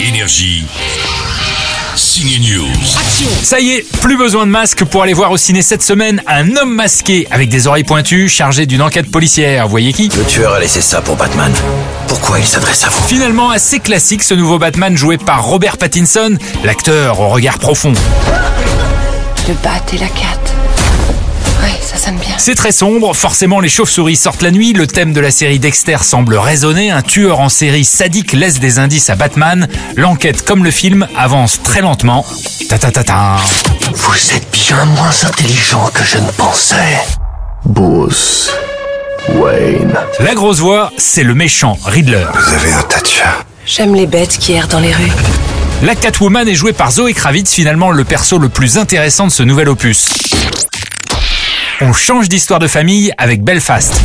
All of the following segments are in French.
Énergie. Signe News. Ça y est, plus besoin de masque pour aller voir au ciné cette semaine un homme masqué avec des oreilles pointues chargé d'une enquête policière. Voyez qui Le tueur a laissé ça pour Batman. Pourquoi il s'adresse à vous Finalement assez classique ce nouveau Batman joué par Robert Pattinson, l'acteur au regard profond. Le bat et la cat. Oui, ça sonne bien. C'est très sombre, forcément les chauves-souris sortent la nuit, le thème de la série Dexter semble résonner, un tueur en série sadique laisse des indices à Batman, l'enquête comme le film avance très lentement. Ta ta ta ta. Vous êtes bien moins intelligent que je ne pensais. Bruce Wayne. La grosse voix, c'est le méchant Riddler. Vous avez un tas de chats. J'aime les bêtes qui errent dans les rues. La Catwoman est jouée par Zoe Kravitz, finalement le perso le plus intéressant de ce nouvel opus. On change d'histoire de famille avec Belfast.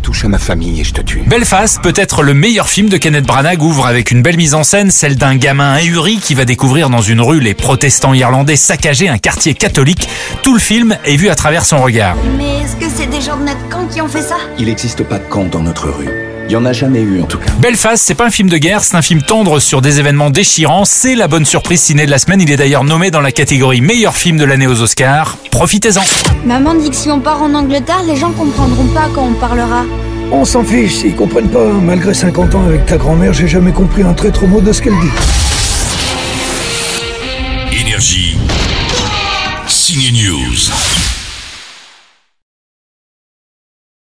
Touche à ma famille et je te tue. Belfast, peut-être le meilleur film de Kenneth Branagh, ouvre avec une belle mise en scène, celle d'un gamin ahuri qui va découvrir dans une rue les protestants irlandais saccager un quartier catholique. Tout le film est vu à travers son regard. Mais est-ce que c'est des gens de notre camp qui ont fait ça Il n'existe pas de camp dans notre rue. Il y en a jamais eu en tout cas. Belfast, c'est pas un film de guerre, c'est un film tendre sur des événements déchirants. C'est la bonne surprise ciné de la semaine. Il est d'ailleurs nommé dans la catégorie meilleur film de l'année aux Oscars. Profitez-en. Maman dit que si on part en Angleterre, les gens comprendront pas quand on parlera. On s'en fiche, ils comprennent pas. Malgré 50 ans avec ta grand-mère, j'ai jamais compris un traître mot de ce qu'elle dit. Énergie. Signe News.